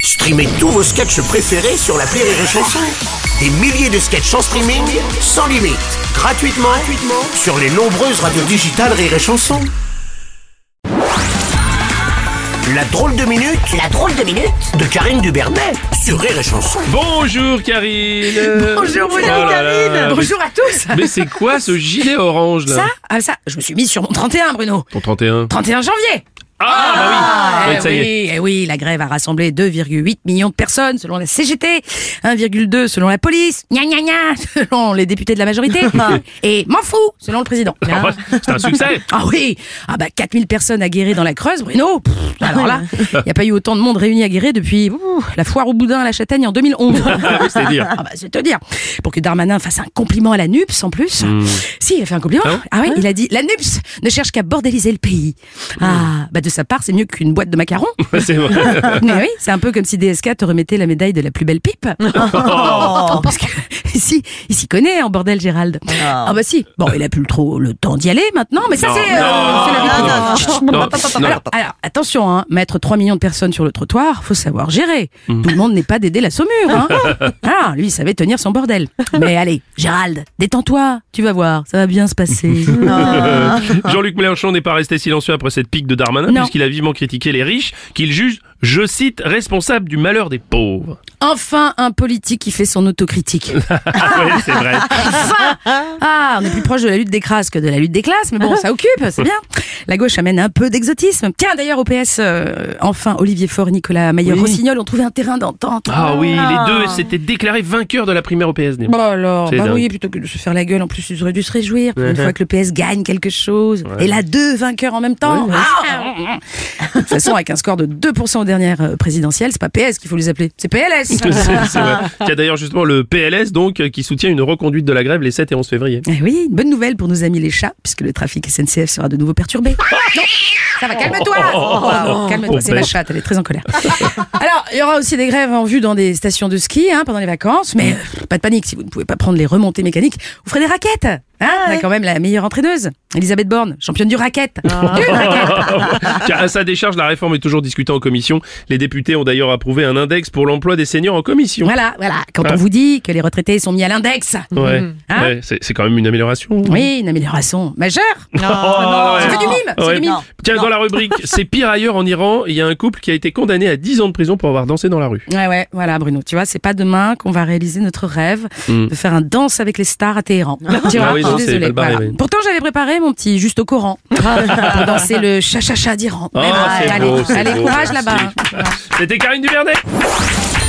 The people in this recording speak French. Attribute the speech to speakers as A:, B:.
A: Streamez tous vos sketchs préférés sur la Rire et Chanson. Des milliers de sketchs en streaming, sans limite, gratuitement, gratuitement sur les nombreuses radios digitales Rire et Chanson. La drôle de minute, la drôle de minute de Karine Dubernet sur Rire et Chanson.
B: Bonjour Karine Euh,
C: Bonjour,
B: oh
C: bonjour
B: là là,
C: Karine.
B: mais-
C: Bonjour à tous.
B: Mais c'est quoi ce gilet orange là
C: Ça, ah, ça, je me suis mise sur mon 31, Bruno.
B: Ton 31
C: 31 janvier.
B: Ah, bah oui
C: eh
B: Ouais, Ça y est
C: oui, eh oui, la grève a rassemblé 2,8 millions de personnes selon la CGT, 1,2 selon la police, gna gna gna selon les députés de la majorité, et m'en fous selon le président.
B: Oh, bah, Ah. C'est un succès
C: Ah oui Ah bah 4000 personnes aguerrées dans la Creuse, Bruno Pff, Alors là, il n'y a pas eu autant de monde réuni aguerré depuis ouh, la foire au boudin à la châtaigne en 2011.
B: c'est dire.
C: Ah bah, c'est te dire. Pour que Darmanin fasse un compliment à la NUPS en plus. Si, il a fait un compliment.
B: Hmm. Ah bon
C: Ah oui, il a dit La NUPS ne cherche qu'à bordéliser le pays.
B: Hmm.
C: Ah, bah de sa part, c'est mieux qu'une boîte de macarons.
B: C'est vrai
C: Mais oui, c'est un peu comme si DSK te remettait la médaille de la plus belle pipe.
B: Oh.
C: Parce que ici, il s'y connaît hein, en bordel, Gérald. Ah bah si. Bon, il a plus trop le temps d'y aller maintenant, mais ça
B: Non,
C: c'est euh,
B: non,
C: c'est la vie
B: non,
C: privée.
B: non,
C: Chut,
B: non,
C: chut,
B: non,
C: bon, bah, attends, attends,
B: non.
C: alors, alors, attention, hein, mettre 3 millions de personnes sur le trottoir, faut savoir gérer.
B: Mm.
C: Tout le monde n'est pas d'aider la saumure. Hein. Ah, lui, il savait tenir son bordel. Mais allez, Gérald, détends-toi, tu vas voir, ça va bien se passer.
B: Jean-Luc Mélenchon n'est pas resté silencieux après cette pique de Darmanin
C: Ah. Non.
B: puisqu'il a vivement critiqué les riches qu'il juge, je cite, responsables du malheur des pauvres.
C: Enfin, un politique qui fait son autocritique.
B: Ah ouais, c'est vrai.
C: Ah, on est plus proche de la lutte des crasses que de la lutte des classes, mais bon, ça occupe, c'est bien. La gauche amène un peu d'exotisme. Tiens, d'ailleurs, au PS, euh, enfin, Olivier Faure, Nicolas Maillot-Rossignol ont trouvé un terrain d'entente.
B: Ah oui, les deux s'étaient déclarés vainqueurs de la primaire au PSD.
C: Bon alors,
B: C'est
C: bah
B: dingue. Mhm.
C: oui, plutôt que de se faire la gueule, en plus, ils auraient dû se réjouir. Pour une fois que le PS gagne quelque chose. Et là, deux vainqueurs en même temps. Ah de toute façon, avec un score de 2% aux dernières euh, présidentielles, c'est pas PS qu'il faut les appeler, c'est PLS.
B: C'est- c'est vrai. Tiens d'ailleurs justement le PLS donc euh, qui soutient une reconduite de la grève les 7 et 11 février.
C: Eh oui, une bonne nouvelle pour nos amis les chats, puisque le trafic SNCF sera de nouveau perturbé. Non, ça va, calme-toi Oh, Calme-toi, c'est ma
B: Pompette.
C: chatte, elle est très en colère. Alors, il y aura aussi des grèves en vue dans des stations de ski hein, pendant les vacances, mais euh, pas de panique, si vous ne pouvez pas prendre les remontées mécaniques, vous ferez des raquettes hein, On a quand même la meilleure entraîneuse, Elisabeth Borne, championne du racket Du racket
B: Car à sa décharge, la réforme est toujours discutée en commission. Les députés ont d'ailleurs approuvé un index pour l'emploi des seniors en commission.
C: Voilà, voilà, quand on vous dit que les retraités sont mis à l'index
B: Ouais,
C: Hein
B: Ouais, c'est c'est quand même une amélioration.
C: Oui, une amélioration majeure
B: Oh,
C: Ça
B: ouais.
C: fait du mime, c'est
B: Ouais.
C: du mime
B: Tiens, dans la rubrique, c'est pire ailleurs en Iran, il y a un couple qui a été condamné à 10 ans de prison pour avoir dansé dans la rue.
C: Ouais, ouais, voilà, Bruno. Tu vois, c'est pas demain qu'on va réaliser notre rêve de faire un danse avec les stars à Téhéran. Tu
B: Hmm.
C: vois,
B: Ah oui,
C: je
B: non,
C: suis
B: c'est mal
C: désolée.
B: barré, oui.
C: Pourtant, j'avais préparé mon petit juste au Coran pour danser le cha-cha-cha d'Iran.
B: Ah,
C: Mais bon,
B: c'est
C: Eh ben, allez,
B: beau, c'est
C: allez,
B: beau,
C: courage
B: merci.
C: là-bas.
B: C'était Karine Duvernet